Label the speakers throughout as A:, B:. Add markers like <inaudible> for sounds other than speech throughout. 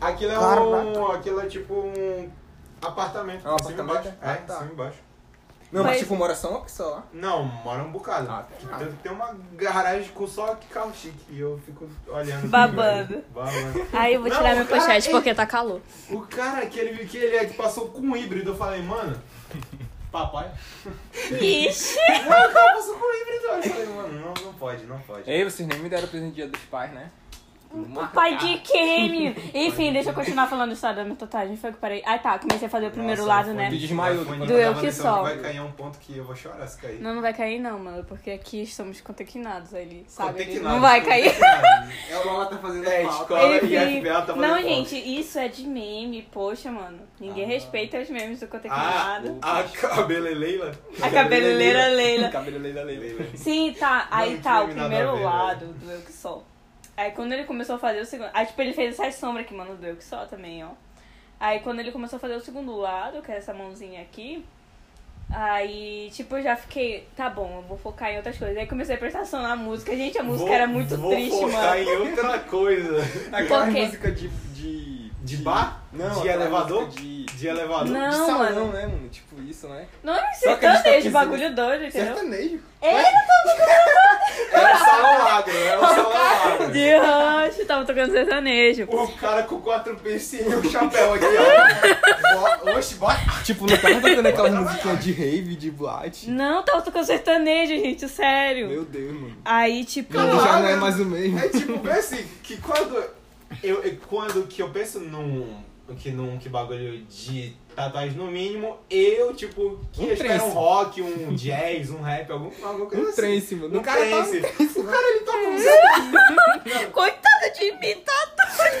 A: Aquilo é um.
B: Caraca.
A: Aquilo é tipo um apartamento.
C: É um
A: em cima e
C: apartamento?
A: embaixo.
C: Ah,
A: É,
C: tá.
A: em cima e embaixo.
C: Não, mas
B: Mas-
C: tipo, mora só uma pessoa lá.
A: Não, mora um bocado.
C: Ah, tá.
A: Tanto que tem uma garagem com só carro chique. E eu fico olhando. assim,
B: Babando.
A: Babando.
D: Aí eu vou tirar
A: Não,
D: minha
A: cara,
D: pochete
A: é-
D: porque tá calor.
A: O cara que ele, que ele é que passou com um híbrido, eu falei,
C: <laughs>
A: mano. Papai?
D: Ixi!
A: Não, o cara passou com um híbrido. Eu falei, mano, não, não pode, não
D: É
A: pode.
C: Ei, vocês nem me deram presente de dia dos pais, né? Marca.
D: Um Pai de quem, menino? Enfim, deixa eu continuar falando do estado da minha tatuagem. Foi que eu parei. Ah, tá. Comecei a fazer o primeiro
A: Nossa,
D: lado,
A: o
D: né?
A: fone-
C: Tu desmaiou,
A: o fone
C: tu
A: da
D: doeu que
A: Vanessa
D: só.
A: Vai cair a um ponto que eu vou chorar se cair.
D: Não, não vai cair não, mano, porque aqui estamos contaminados ali, sabe?
A: Contequinado,
D: Não vai cair.
A: contequinado.
C: É, o Lola tá fazendo
A: É,
C: falta.
A: escola e
D: Enfim.
A: FBA tá
D: Não, gente, isso é de meme, poxa, mano. Ninguém respeita os memes do
A: Ah,
D: contaminado.
A: a cabeleleila.
D: a cabeleireira Leila.
C: <laughs> Cabelo da Leila.
A: Leila.
D: Sim, tá. Aí
A: Não
D: tá, o
A: tinha nada a
D: primeiro
A: ver,
D: lado do Eu Que Sol. Aí quando ele começou a fazer o segundo. Aí tipo, ele fez essa sombra aqui, mano, do Eu Que Sol também, ó. Aí quando ele começou a fazer o segundo lado, que é essa mãozinha aqui. Aí, tipo, eu já fiquei, tá bom, eu vou focar em outras coisas. Aí comecei a prestar atenção na música. Gente, a música
A: Vou-
D: era muito
A: vou
D: triste,
A: focar
D: mano.
A: em outra coisa.
C: Aquela
D: Por quê?
C: música de. De,
A: De bar?
C: Não,
A: De
C: aquela
A: elevador?
C: música De,
A: De elevador.
D: Não,
C: de salão,
D: mano.
C: né, mano? Tipo isso, né?
D: Não
C: Só que a
D: é
C: gente tá
D: sertanejo,
C: precisando-
D: bagulho doido, entendeu?
C: Sertanejo.
A: Era É o salão agro,
D: <laughs>
A: era o salão agro.
D: De rancho, tava tocando sertanejo.
A: O cara com quatro peixinhos e um chapéu aqui, ó. Bo- Oxe, bota.
C: Tipo, não tava tocando aquelas musiquinhas de rave, de boate.
D: Não, tava tocando sertanejo, gente, sério.
C: Meu Deus, mano.
D: Aí, tipo.
A: Caralho.
C: Não, já não é mais o mesmo.
A: É tipo, bem assim, que quando eu, eu- quando que eu penso num que num que bagulho de tatuagem no mínimo, eu tipo que
C: Um
A: espero um
C: trance.
A: rock, um jazz, um rap, algum alguma coisa
C: Um Hum.
A: assim.
C: trance, mano.
A: Um
C: O cara tá-
A: trance. O cara ele toca um
D: Coitada de mim, tatuagem.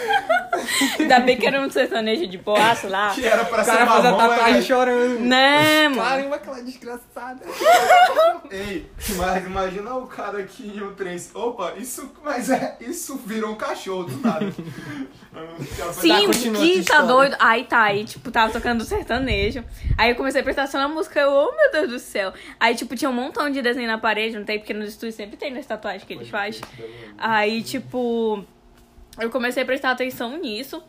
D: Ainda bem que era um sertanejo de boaço lá.
A: que era pra
C: O cara
A: ser
C: faz a
A: marrom,
C: tatuagem
A: mas-
C: chorando.
D: Né, mano?
C: Caramba, aquela desgraçada.
A: Ei, mas imagina o cara que em um trance. Opa, isso mas é isso virou um cachorro do
C: <laughs>
A: nada.
C: Tá,
D: Sim,
C: continua essa
D: que tá
C: história.
D: doido. Aí tá, aí tipo, tava tocando sertanejo. Aí eu comecei a prestar atenção na música, eu, oh meu Deus do céu. Aí tipo, tinha um montão de desenho na parede, não tem? Porque nos estúdios sempre tem nas tatuagens que eles fazem. Aí, tipo, eu comecei a prestar atenção nisso.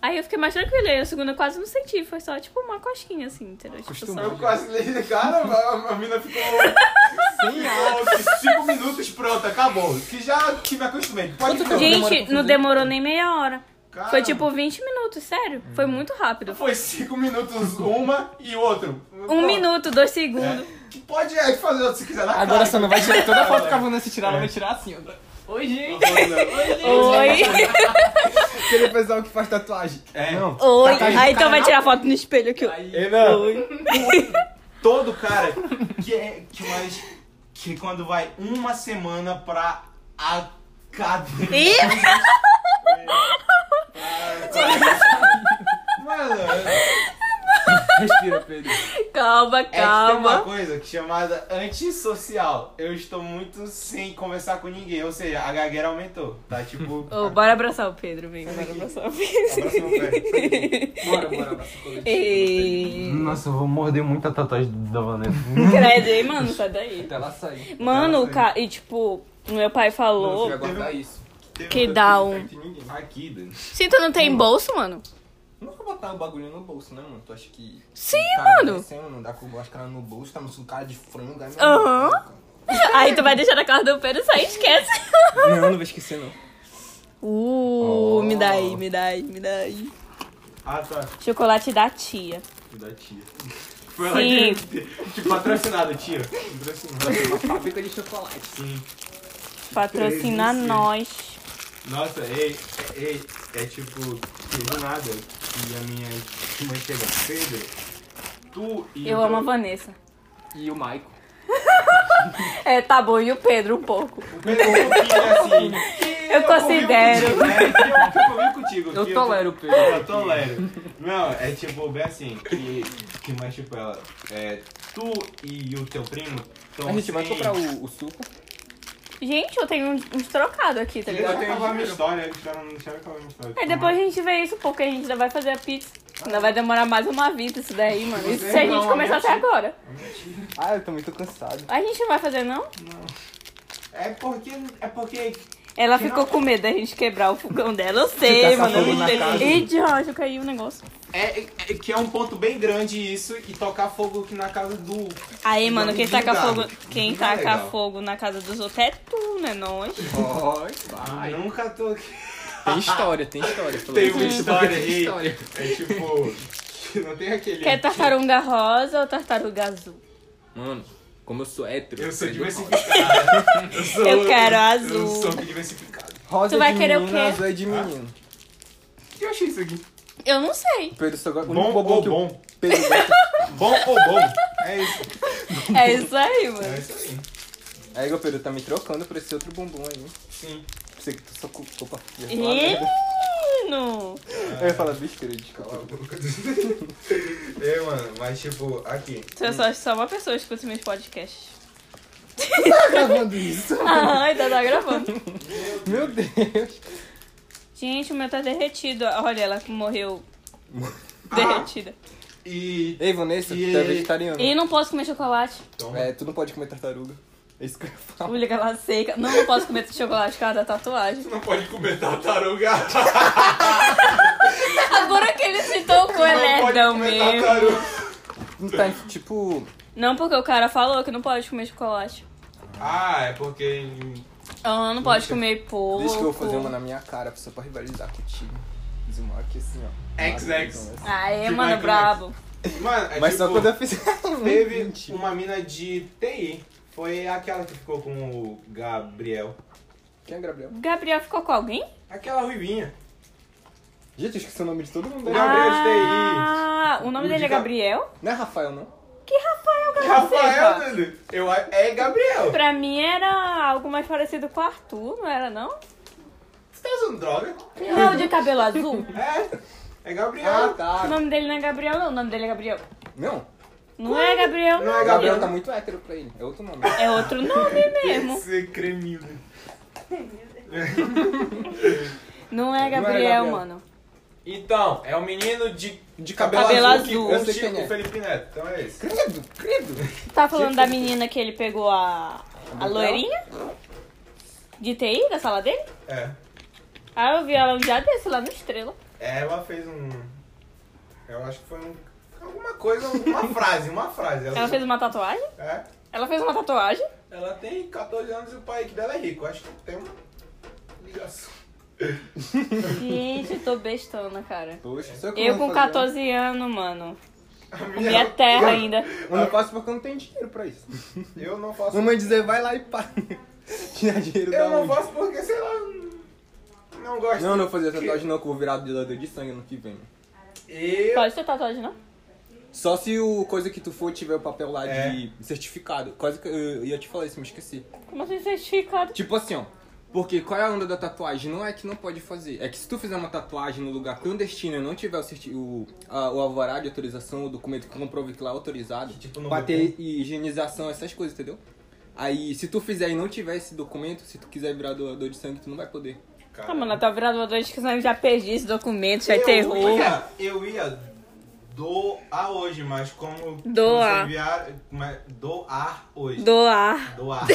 D: Aí eu fiquei mais tranquila, aí a segunda eu quase não senti, foi só tipo uma cosquinha assim, entendeu? Tipo, só-
C: Acostumado.
A: Eu quase li, cara, a, a mina ficou
C: Sim,
D: é.
C: ah.
A: ficou cinco minutos pronta, acabou. Que já que me acostumei. Pode
C: Quanto
A: não.
C: tempo? demora pra
D: Gente,
C: fazer?
D: não demorou nem meia hora.
A: Cara, Tá
D: Foi tipo 20 minutos, sério. Foi muito rápido.
A: Foi cinco minutos uma e outro.
D: Um minuto, dois segundos.
A: Pode é, fazer se quiser na
C: Agora só
A: cara.
C: não vai tirar toda a foto que a Vanessa tirar, ela vai tirar assim, ó. Oi, gente.
D: <laughs>
A: né?
C: É.
D: Oi.
C: Aquele pessoal que faz tatuagem.
A: É.
C: Não.
D: Oi.
C: Tatuagem do
D: Aí então
C: cara
D: vai
C: na
D: tirar foto no espelho aqui. ó.
A: Ei, não.
D: Oi.
A: Todo cara que é que mais que quando vai uma semana pra academia.
D: Ih,
A: Mano,
C: Respira, Pedro.
D: calma,
A: é que tem uma
D: calma.
A: coisa que é chamada antissocial. Eu estou muito sem conversar com ninguém, ou seja, a gagueira aumentou. Tá tipo.
D: Ô, bora abraçar o Pedro, vem. Bora abraçar o Pedro.
A: abraça meu pé.
C: Bora, bora, abraço coletivo.
D: <laughs> Ei.
A: Nossa, eu vou morder muito a tatuagem da <laughs> Vanessa.
D: Credo, hein, mano, sai daí.
C: Até ela sair.
D: Mano, o ca... e tipo, meu pai falou
C: Não, guardar isso.
D: que dá um.
C: Ninguém.
A: Aqui, Dani.
D: Sim, tu não tem bolso, mano?
C: Nunca botar o bagulho no bolso, né, mano? Tu acha que. um
D: Sim,
C: cara
D: mano.
C: descendo, não dá com o cara no bolso, tá no cara de frango. aí,
D: Aham.
C: mano.
D: <laughs> Aí tu vai deixar na casa do Pedro e
C: <laughs>
D: sair, esquece.
C: Não, não vou esquecer, não.
D: Uh,
C: Oh.
D: me dá aí, me dá aí, me dá aí.
A: Ah, tá.
D: Chocolate da tia.
A: Da tia. Foi lá
D: Sim.
A: que, que patrocinado, tia. Patrocinado.
C: Fábrica de chocolate.
A: Sim.
D: Patrocina
A: Três, sim.
D: nós.
A: Nossa, ei, ei, é tipo, que do nada que a minha mãe chega, Pedro, tu e
C: Então-
D: Eu
A: o
D: amo a
A: teu-
D: Vanessa.
C: E o Maico.
D: É, tá bom, e o Pedro um pouco.
A: o Pedro um pouquinho assim. que
D: <laughs> Eu
C: um
D: considero.
A: convivo contigo, né? Que eu- que eu convivo contigo.
C: Eu
A: que
C: tolero o Pedro.
A: Eu tolero. Não, é tipo, bem assim, que, que mais tipo ela, é, tu e o teu primo assim. estão
C: A gente vai
A: sem-
C: comprar o, o suco.
D: Gente, eu tenho uns, uns trocados aqui, tá
A: Eles já
D: ligado?
A: acabaram a minha história, eles já não deixaram acabar a minha história.
D: Aí depois a gente vê isso, porque a gente ainda vai fazer a pizza. Ainda vai demorar mais uma vida isso daí, mano. Isso se a gente
C: né?
D: começar até agora.
C: Ah, eu tô muito cansado.
D: A gente não vai fazer, não?
A: É porque, é porque
D: Ela ficou com medo da gente quebrar o fogão dela. Eu sei,
C: tacar
D: mano.
C: fogo na
D: Eu
C: casa.
D: sei. Idiota, caiu o negócio.
A: É, é- é que é um ponto bem grande isso e tocar fogo aqui na casa do.
D: Aí, mano, quem taca
A: Obrigado.
D: fogo, quem
A: Obrigado.
D: taca fogo na casa dos outros é tu, né? Nós.
C: Ó, vai.
A: Eu nunca tô aqui.
C: Tem história, tem um história. pelo
A: Tem
C: menos
A: uma
C: isso
A: história
C: tem
A: aí.
C: história.
A: É tipo. Não tem aquele.
D: Quer é tartaruga rosa ou tartaruga azul?
C: Mano, como eu sou hétero.
A: Eu sou
C: prendo
A: diversificado. Eu, sou,
D: Eu quero
A: Eu
D: azul.
A: sou diversificado.
C: Rosa
D: Tu vai
C: de
D: querer o
C: menino,
D: quê?
C: Azul é de menino.
A: O que eu achei isso aqui?
D: Eu não sei.
C: O Pedro só gosta. o
A: Bom
C: único bobão
A: ou
C: que o
A: bom?
C: Pedro gosta
A: Bom ou bom? É isso.
D: É isso aí,
A: É
D: mano.
A: isso aí.
C: Aí, o Pedro tá me trocando por esse outro bumbum aí.
A: Sim.
C: Pensei que tu só cu- Opa, ia falar merda.
D: Ih, Menino.
C: né? Eu ia falar besteira, desculpa.
A: <laughs> É, mano, mas tipo, aqui.
D: Sou só, só uma pessoa que escuta meus podcasts.
C: Tá gravando isso?
D: Ah, ainda tá gravando.
C: Meu Deus.
D: Gente, o meu tá derretido. Olha, ela morreu derretida.
A: E.
C: Ei, Vanessa,
A: E-
C: tu é vegetariano.
D: E não posso comer chocolate.
A: Toma.
C: É, tu não pode comer tartaruga. É isso que eu ia falar.
D: Olha que ela seca. Não, não posso comer chocolate por causa da tatuagem.
A: Tu não pode comer
D: <laughs>
A: tartaruga.
D: Agora que ele se tocou, ele é lerdão mesmo.
A: tartaruga.
C: Não tá, tipo...
D: Não, porque o cara falou que não pode comer chocolate.
A: Ah, é porque.
D: Ah, não pode comer porco.
C: Deixa que eu vou fazer uma na minha cara, só pra rivalizar contigo. Fiz uma aqui assim, ó.
A: XX.
C: Maravilhosa.
D: Aê,
A: Tipo, é
D: mano,
A: que-
D: brabo.
A: Mano, é
C: Mas
A: tipo,
C: só quando eu fiz... <laughs>
A: teve
C: Mentira.
A: uma mina de TI. Foi aquela que ficou com o Gabriel.
C: Quem é Gabriel?
D: Gabriel ficou com alguém?
A: Aquela ruivinha.
C: Gente, eu esqueci o nome de todo mundo.
A: O
C: né?
A: Gabriel de TI.
D: Ah, o nome
A: O
D: dele
A: de
D: é
A: Ga-
D: Gabriel?
C: Não é Rafael, não?
A: Rafael, né? Dudu. Eu, é Gabriel.
D: Pra mim era algo mais parecido com o Arthur, não era não?
A: Você tá usando droga?
D: Não é o de cabelo azul?
A: É. É Gabriel.
C: Ah,
D: O
C: tá.
D: nome dele não é Gabriel, não. O nome dele é Gabriel.
C: Não.
D: Não é Gabriel,
A: Não
D: não.
A: é Gabriel.
C: Gabriel tá muito hétero pra ele. É outro nome.
D: É outro nome mesmo.
A: Você cremildo.
D: Não é
C: Não é
D: Gabriel,
C: Gabriel.
D: mano.
A: Então, é um menino de
C: De cabelo,
A: cabelo,
D: Cabelo
A: azul,
D: azul.
A: que
C: Eu sei
A: curte
C: quem é.
A: o Felipe Neto. Então é esse.
C: Credo, credo.
D: Tá falando da menina que ele pegou a, a loirinha? De TI, da sala dele?
A: É.
D: Ah, eu vi ela um dia desse lá no Estrela.
A: Ela fez um. Eu acho que foi um. Alguma coisa, uma <laughs> frase, uma frase.
D: Ela fez uma tatuagem?
A: É.
D: Ela fez uma tatuagem?
A: Ela tem 14 anos e o pai dela é rico. Acho que tem uma ligação.
D: Gente, eu tô bestona, cara.
C: Poxa, só é que
D: Eu
C: não
D: com
C: faço-
D: 14 anos, mano.
A: A
D: Minha terra ainda.
C: um- Eu não faço porque eu não tenho dinheiro
A: <laughs>
C: pra isso.
A: Eu não faço.
C: Mamãe dizer, vai lá e pá. <laughs> Tirar dinheiro da
A: Eu não
C: onde?
A: faço porque, sei lá. Não gosto.
C: Não, não vou fazer tatuagem não, que eu vou virar doador de sangue ano que vem.
A: Eu.
D: Pode ter tatuagem, não?
C: Só se o coisa que tu for tiver o papel lá
A: É.
C: de certificado. Quase que eu ia te falar isso, me esqueci.
D: Como assim certificado?
C: Tipo assim, ó. Porque qual é a onda da tatuagem? Não é que não pode fazer. É que se tu fizer uma tatuagem no lugar clandestino e não tiver o, certi o, a- o alvará de autorização, o documento que comprova que lá é autorizado,
A: Que tipo não
C: pra
A: tem.
C: ter higienização, essas coisas, entendeu? Aí, se tu fizer e não tiver esse documento, se tu quiser virar doador de sangue, tu não vai poder.
A: Cara,
D: Ah, mano, eu tava virando uma dois que eu já perdi esse documento, já é
A: eu
D: terror.
A: Ia, eu ia doar hoje, mas como.
D: Doar.
A: você Enviar, mas doar hoje.
D: Doar. <laughs>
A: Doar.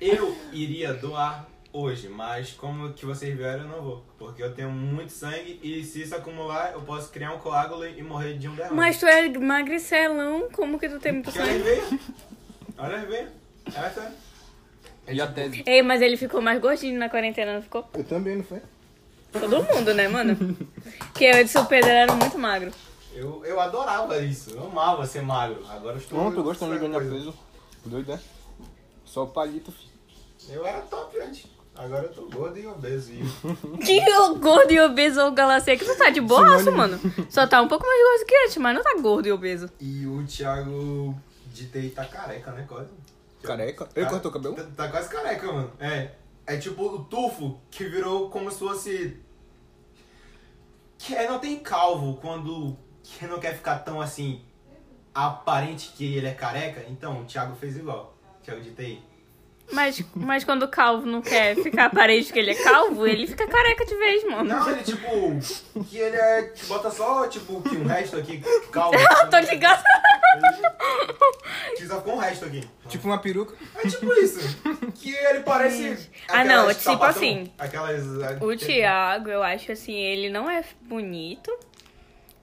A: eu iria doar hoje, mas como que vocês vieram, eu não vou. Porque eu tenho muito sangue e se isso acumular, eu posso criar um coágulo e morrer de um derrame.
D: Mas tu é magricelão, como que tu tem muito
A: Quer
D: sangue?
A: ver? Olha É, tá. ver. Essa.
C: E a tese?
D: Ei, mas ele ficou mais gordinho na quarentena, não ficou?
C: Eu também, não foi?
D: Todo mundo, né, mano? Porque eu e o Pedro eram muito magro.
A: Eu, eu adorava isso. Eu amava ser magro. Agora eu estou.
C: Não, tu gosta de
A: essa
C: ganhar
A: coisa.
C: peso. Doido, né? Só o palito, filho.
A: Eu era top antes. Agora eu tô gordo e obeso.
C: <laughs>
A: E
D: Que gordo e obeso o Galacê, que tu tá de boaço, mano. Só tá um pouco mais gordo que antes, mas não tá gordo e obeso.
A: E o Thiago de TI tá careca, né? Quase.
C: Careca? Ele
A: Tá-
C: cortou o cabelo?
A: Tá, tá quase careca, mano. É. É tipo o tufo que virou como se fosse. Que é, não tem calvo quando que não quer ficar tão assim aparente que ele é careca. Então, o Thiago fez igual. Thiago de TI.
D: Mas, mas quando o calvo não quer ficar aparente que ele é calvo, ele fica careca de vez, mano. <laughs>
A: Não, ele
D: <laughs>
A: tipo. Que ele é. Que bota só, tipo, que um resto aqui calvo.
D: Eu tô ligado.
A: Ele só ficou um resto aqui.
C: Tipo uma peruca.
A: É tipo isso. Que ele parece.
D: Ah, não,
A: aquelas
D: tipo
A: sapatão,
D: assim,
A: Aquelas. é,
D: O Thiago, eu acho assim, ele não é bonito.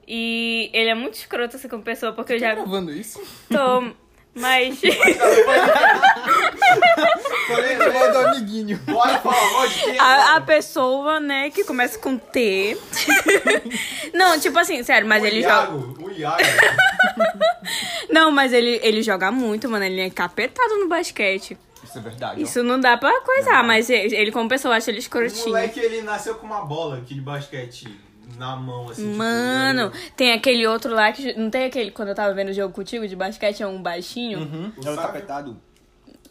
D: E ele é muito escroto assim como pessoa, porque eu já
C: Tá gravando <laughs> isso?
D: tô. <laughs> Mas.
A: Falei,
C: É do
A: beleza,
C: amiguinho.
A: Bora falar hoje. Quem é
D: A, a
A: bom?
D: pessoa, né, que começa com T. <laughs> não, tipo assim, sério, mas
A: o
D: ele joga.
A: Iago, O
D: <laughs>
A: Iago.
D: Não, mas ele, ele joga muito, mano. Ele é capetado no basquete.
C: Isso é verdade. ó.
D: Isso não dá pra coisar, mas e- ele, como pessoa, eu acho
A: O
D: ele escrotinho.
A: moleque, ele nasceu com uma bola aqui de basquete na mão, assim. tipo,
D: Mano, tem aquele outro lá que. Não tem aquele. Quando eu tava vendo o jogo contigo de basquete, é um baixinho?
C: Uhum.
A: O
C: É o
A: sábio.
C: tapetado.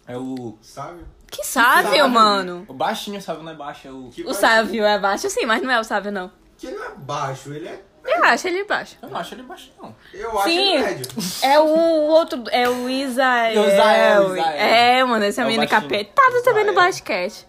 C: É o.
A: Sabe?
D: Que sábio, mano.
C: O baixinho, sabe? Não é baixo, é o.
A: Que
D: O
A: parece-
D: sábio é baixo, sim, mas não é o sábio, não.
A: Que ele não é baixo, ele é.
D: Eu acho ele baixo.
C: Eu não acho ele baixo, não.
A: Eu acho
D: Sim.
A: ele médio.
D: É o outro. É o Isael.
C: Isael, Isael.
D: É, mano, esse
C: É o
D: menino
C: baixinho.
D: capetado também no
A: Isael.
D: basquete.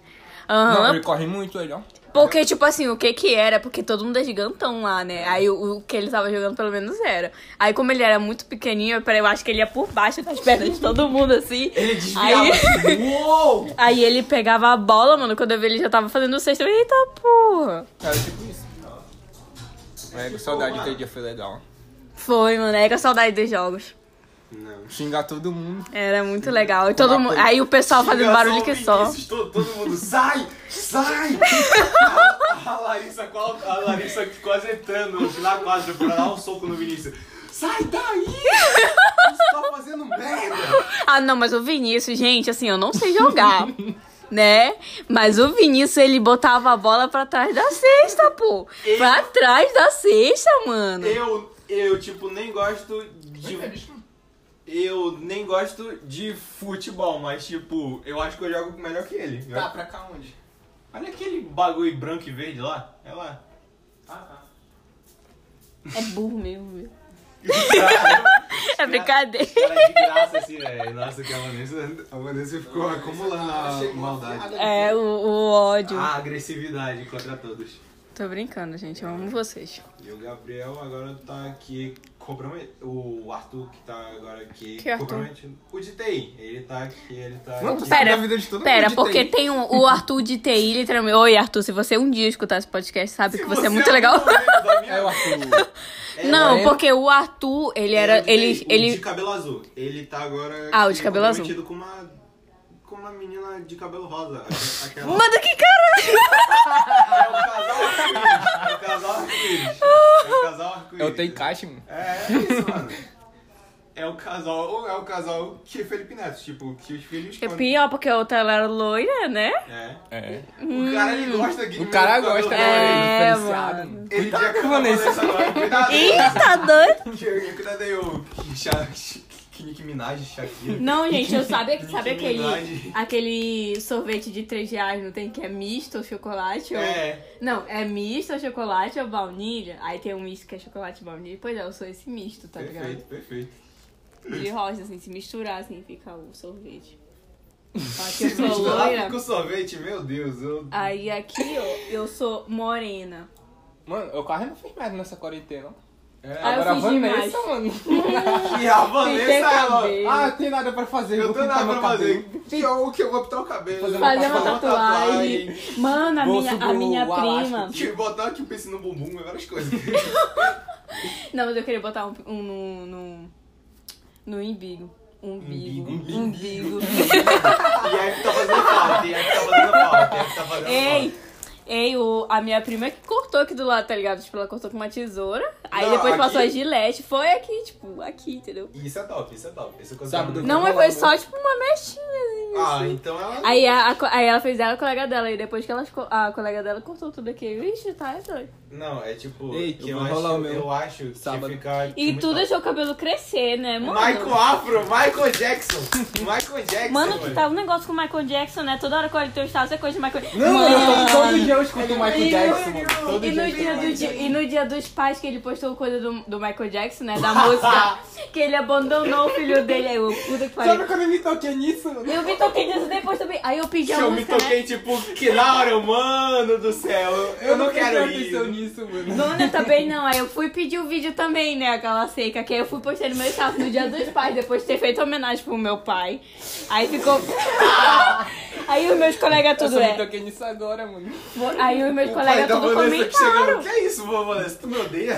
D: Aham.
C: Não, é ele corre muito, ele, ó.
D: Porque, tipo assim, o que que era? Porque todo mundo é gigantão lá, né? Aí o, o que ele tava jogando, pelo menos, era. Aí, como ele era muito pequenininho, eu pare- eu acho que ele ia por baixo das pernas de todo mundo, assim.
C: Ele desviava.
D: Aí,
C: assim, Uou!
D: aí ele pegava a bola, mano. Quando eu vi, ele já tava fazendo o sexto. Eu, Eita, porra.
C: Era tipo isso. É, saudade que dia foi legal.
D: Foi, mano. É que a saudade dos jogos.
A: Não.
C: Xingar todo mundo.
D: Era muito legal. E todo
C: Uma
D: mundo...
C: coisa.
D: Aí o pessoal fazendo
A: Xingação,
D: barulho que é só.
A: Vinícius, Todo, todo mundo, sai! Sai! <laughs> a, a Larissa, qual- a Larissa quase entrando na quadra pra dar um soco no Vinícius. Sai daí! Você tá fazendo merda!
D: <laughs> Ah, não, mas o Vinícius, gente, assim, eu não sei
C: <laughs>
D: jogar. Né? Mas o Vinícius, ele botava a bola pra trás da cesta, pô. Pra trás da cesta, mano.
A: Eu, eu, tipo, nem gosto de... Eu nem gosto de futebol, mas, tipo, eu acho que eu jogo melhor que ele. Eu-
C: Tá, pra cá onde?
A: Olha aquele bagulho branco e verde lá. É lá.
C: <laughs>
D: É burro mesmo. viu? É brincadeira.
A: Cara de graça, assim, velho. Nossa, que a Vanessa, a Vanessa ficou acumulando a
C: né?
A: maldade.
D: É o, o ódio.
C: Ah.
A: A agressividade contra todos.
D: Tô brincando, gente. Eu amo vocês.
A: E o Gabriel agora tá aqui comprometido. O Arthur que tá agora aqui
D: Que Arthur?
A: comprometido. O de TI. Ele tá aqui, ele tá
C: Mano,
A: aqui.
C: você sabe
D: Pera,
C: da é vida de todo mundo.
D: Pera,
C: de
D: porque
C: TI.
D: tem um- o Arthur de TI, literalmente. Oi, Arthur, se você um dia escutar esse podcast, sabe que você, é muito legal.
A: É
D: <laughs>
C: É
A: o
C: o
A: Arthur.
C: Arthur.
D: Não,
C: é-
D: porque o Arthur, ele era.
A: de
D: Ele.
A: TI, o de
D: ele
A: cabelo azul. Ele tá agora.
D: Ah, o
A: aqui
D: de cabelo azul.
A: comprometido com uma. com uma menina de cabelo rosa.
D: <laughs>
A: Aque- Aquela.
D: Mano,
C: <laughs>
D: que cara!
A: É o casal arco-íris. É o casal
D: <laughs>
A: arco-íris. É o casal arco-íris.
C: Eu tenho caixa, mano.
A: É isso, mano. É o casal, é o casal que é Felipe Neto, tipo, que os filhos
D: É
A: quando-
D: pior, porque a outra ela era loira, né?
A: É.
C: É.
A: O cara
D: Hum.
A: ele gosta de
C: O cara gosta, né?
D: É,
C: É, diferenciado.
D: mano.
A: Ele já
C: Cuidado com a
A: acabou
C: Vanessa.
A: dessa agora. Cuidado.
D: Eita, doido!
A: Que- Cuidado aí, ô. que Sha- Que Nick Minaj, Shakira.
D: Não, gente, eu sabe,
A: Nicki
D: sabe aquele,
A: Minaj.
D: aquele sorvete de 3 reais, não tem? Que é misto ou chocolate? Ou...
A: É.
D: Não, é misto ou chocolate ou baunilha. Aí tem um misto que é chocolate e baunilha. Pois é, eu sou esse misto, tá
A: Perfeito, perfeito.
D: ligado? De rosa, assim, se misturar, assim, fica o sorvete. Só que eu
A: Se
D: sou
A: misturar
D: loira.
A: com sorvete, meu Deus, eu.
D: Aí aqui, ó, eu sou morena.
C: Mano, eu quase não fiz merda nessa quarentena.
A: É.
D: Ah, eu
C: Agora a
D: fiz
C: Vanessa, <laughs> mano.
A: E a Vanessa,
D: Pintei
A: ela.
D: cabelo.
C: ah, tem nada pra fazer.
A: Eu
C: vou
A: tô
C: pintar
A: nada
C: meu
A: pra fazer.
C: cabelo.
A: Que eu, que eu vou pintar o cabelo.
C: Fazer
D: Fazer uma
C: Fazer uma
D: tatuagem. Mano, a
C: Vou
D: minha, a
C: subir
D: minha
C: o Alasca
D: prima.
A: Que botar aqui o piercing no bumbum, é várias coisas.
D: Não, mas eu queria botar um, um no, no. No umbigo. Umbigo.
A: Umbigo. <laughs>
D: Umbigo.
A: E aí que tá fazendo falta, e aí que tá fazendo falta, e aí que tá fazendo
D: Ei!
A: falta.
D: Ei, o, a minha prima que cortou aqui do lado, tá ligado? Tipo, ela cortou com uma tesoura. Aí
A: Não,
D: depois passou a
A: aqui-
D: gilete. Foi aqui, tipo, aqui, entendeu?
A: Isso é top, isso é top. Isso é coisa
C: Sábado.
A: muito-
D: Não, mas
C: vou
D: foi
C: lá,
D: só
C: amor.
D: tipo uma mexinha.
A: Ah, então ela.
D: Aí, é. a, a co- aí ela fez ela a colega dela. E depois que ela, esco- a colega dela cortou tudo aqui. eu, Ixi, tá, é doido.
A: Não, é tipo.
C: Ei,
A: que
C: eu
A: eu,
C: vou
A: acho,
C: rolar o meu.
A: eu acho que
C: Sábado.
A: fica. tipo,
D: E
A: muito
D: tu
A: top.
D: deixou o cabelo crescer, né, mano?
A: Michael Afro, Michael Jackson. Michael Jackson.
D: Mano, que
A: mano.
D: tá um negócio com o Michael Jackson, né? Toda hora que eu olho teu status é coisa de Michael
C: Não,
D: Mano.
C: eu tô, todo dia eu escuto o Michael
D: Ele-
C: Jackson. mano. Todo
D: E no,
C: dia.
A: <laughs>
D: dia do dia- e no dia dos pais que ele postou coisa do, do Michael Jackson, né? Da música. que ele abandonou o filho dele. Aí eu, puta que pariu.
C: Sabe quando eu me toquei nisso?
D: Eu me toquei disso depois também. Aí eu pedi
A: Que
D: a
A: eu me
D: música, né?
A: toquei, tipo, que Laura, mano do céu, eu, eu não quero
C: atenção
A: ir.
C: nisso, mano.
D: Dona também não, aí eu fui pedir o vídeo também, né, aquela seca, que aí eu fui postar no meu status no dia dos pais, depois de ter feito homenagem pro meu pai. Aí ficou. <laughs> aí os meus colegas
C: Eu
D: tudo
C: só me
D: é.
C: toquei nisso agora, mano.
D: Aí os meus
A: O
D: colegas
A: pai da
D: É tudo
A: Vanessa que chegando,
D: comentaram.
A: que é isso, vovó Vanessa, tu me odeia?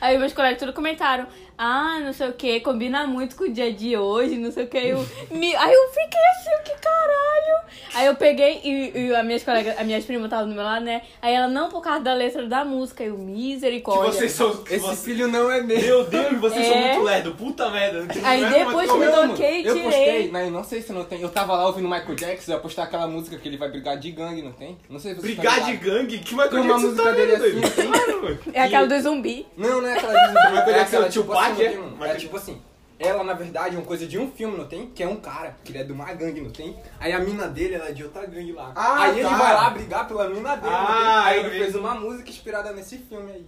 D: Aí meus colegas tudo comentaram. Ah, não sei o que, combina muito com o dia de hoje, não sei o que. Eu, me... Aí eu fiquei assim, o que caralho? Aí eu peguei e, e as minhas colegas, as minhas primas estavam do meu lado, né? Aí ela, não, por causa da letra da música, eu,
A: Que
D: misericórdia.
A: vocês são... que
C: Esse
A: vocês-
C: filho não é meu.
A: Meu Deus, vocês são
D: É.
A: muito lerdo, puta merda. não tem
D: Aí
A: nada mais
D: depois
A: com-
D: me
C: Eu, mano,
D: toquei e
C: eu postei,
D: tirei.
C: mas não sei se não tem. Eu tava lá ouvindo Michael Jackson, eu ia postar aquela música que ele vai brigar de gangue, não tem? Não sei se você tá
A: Brigar de gangue? Que Michael
C: Tem uma
A: Jackson tá
C: música dele
A: vendo, doido?
C: assim, tem?
A: Claro, mano.
D: É aquela do zumbi.
C: Não, não é <laughs> aquela de gangue.
A: Michael
C: é
A: Jackson,
C: aquela,
A: o tio
C: tipo, assim,
A: Pac, é?
C: não tem, mano? É
A: Michael-
C: tipo assim. Ela, na verdade, é uma coisa de um filme, não tem? Que é um cara, que ele é de uma gangue, não tem? Aí a mina dele, ela é de outra gangue lá.
A: Ah,
C: aí ele
A: tá.
C: vai lá brigar pela mina dele, não tem?
A: Ah,
C: Aí
A: eu
C: ele
A: vi.
C: fez uma música inspirada nesse filme aí.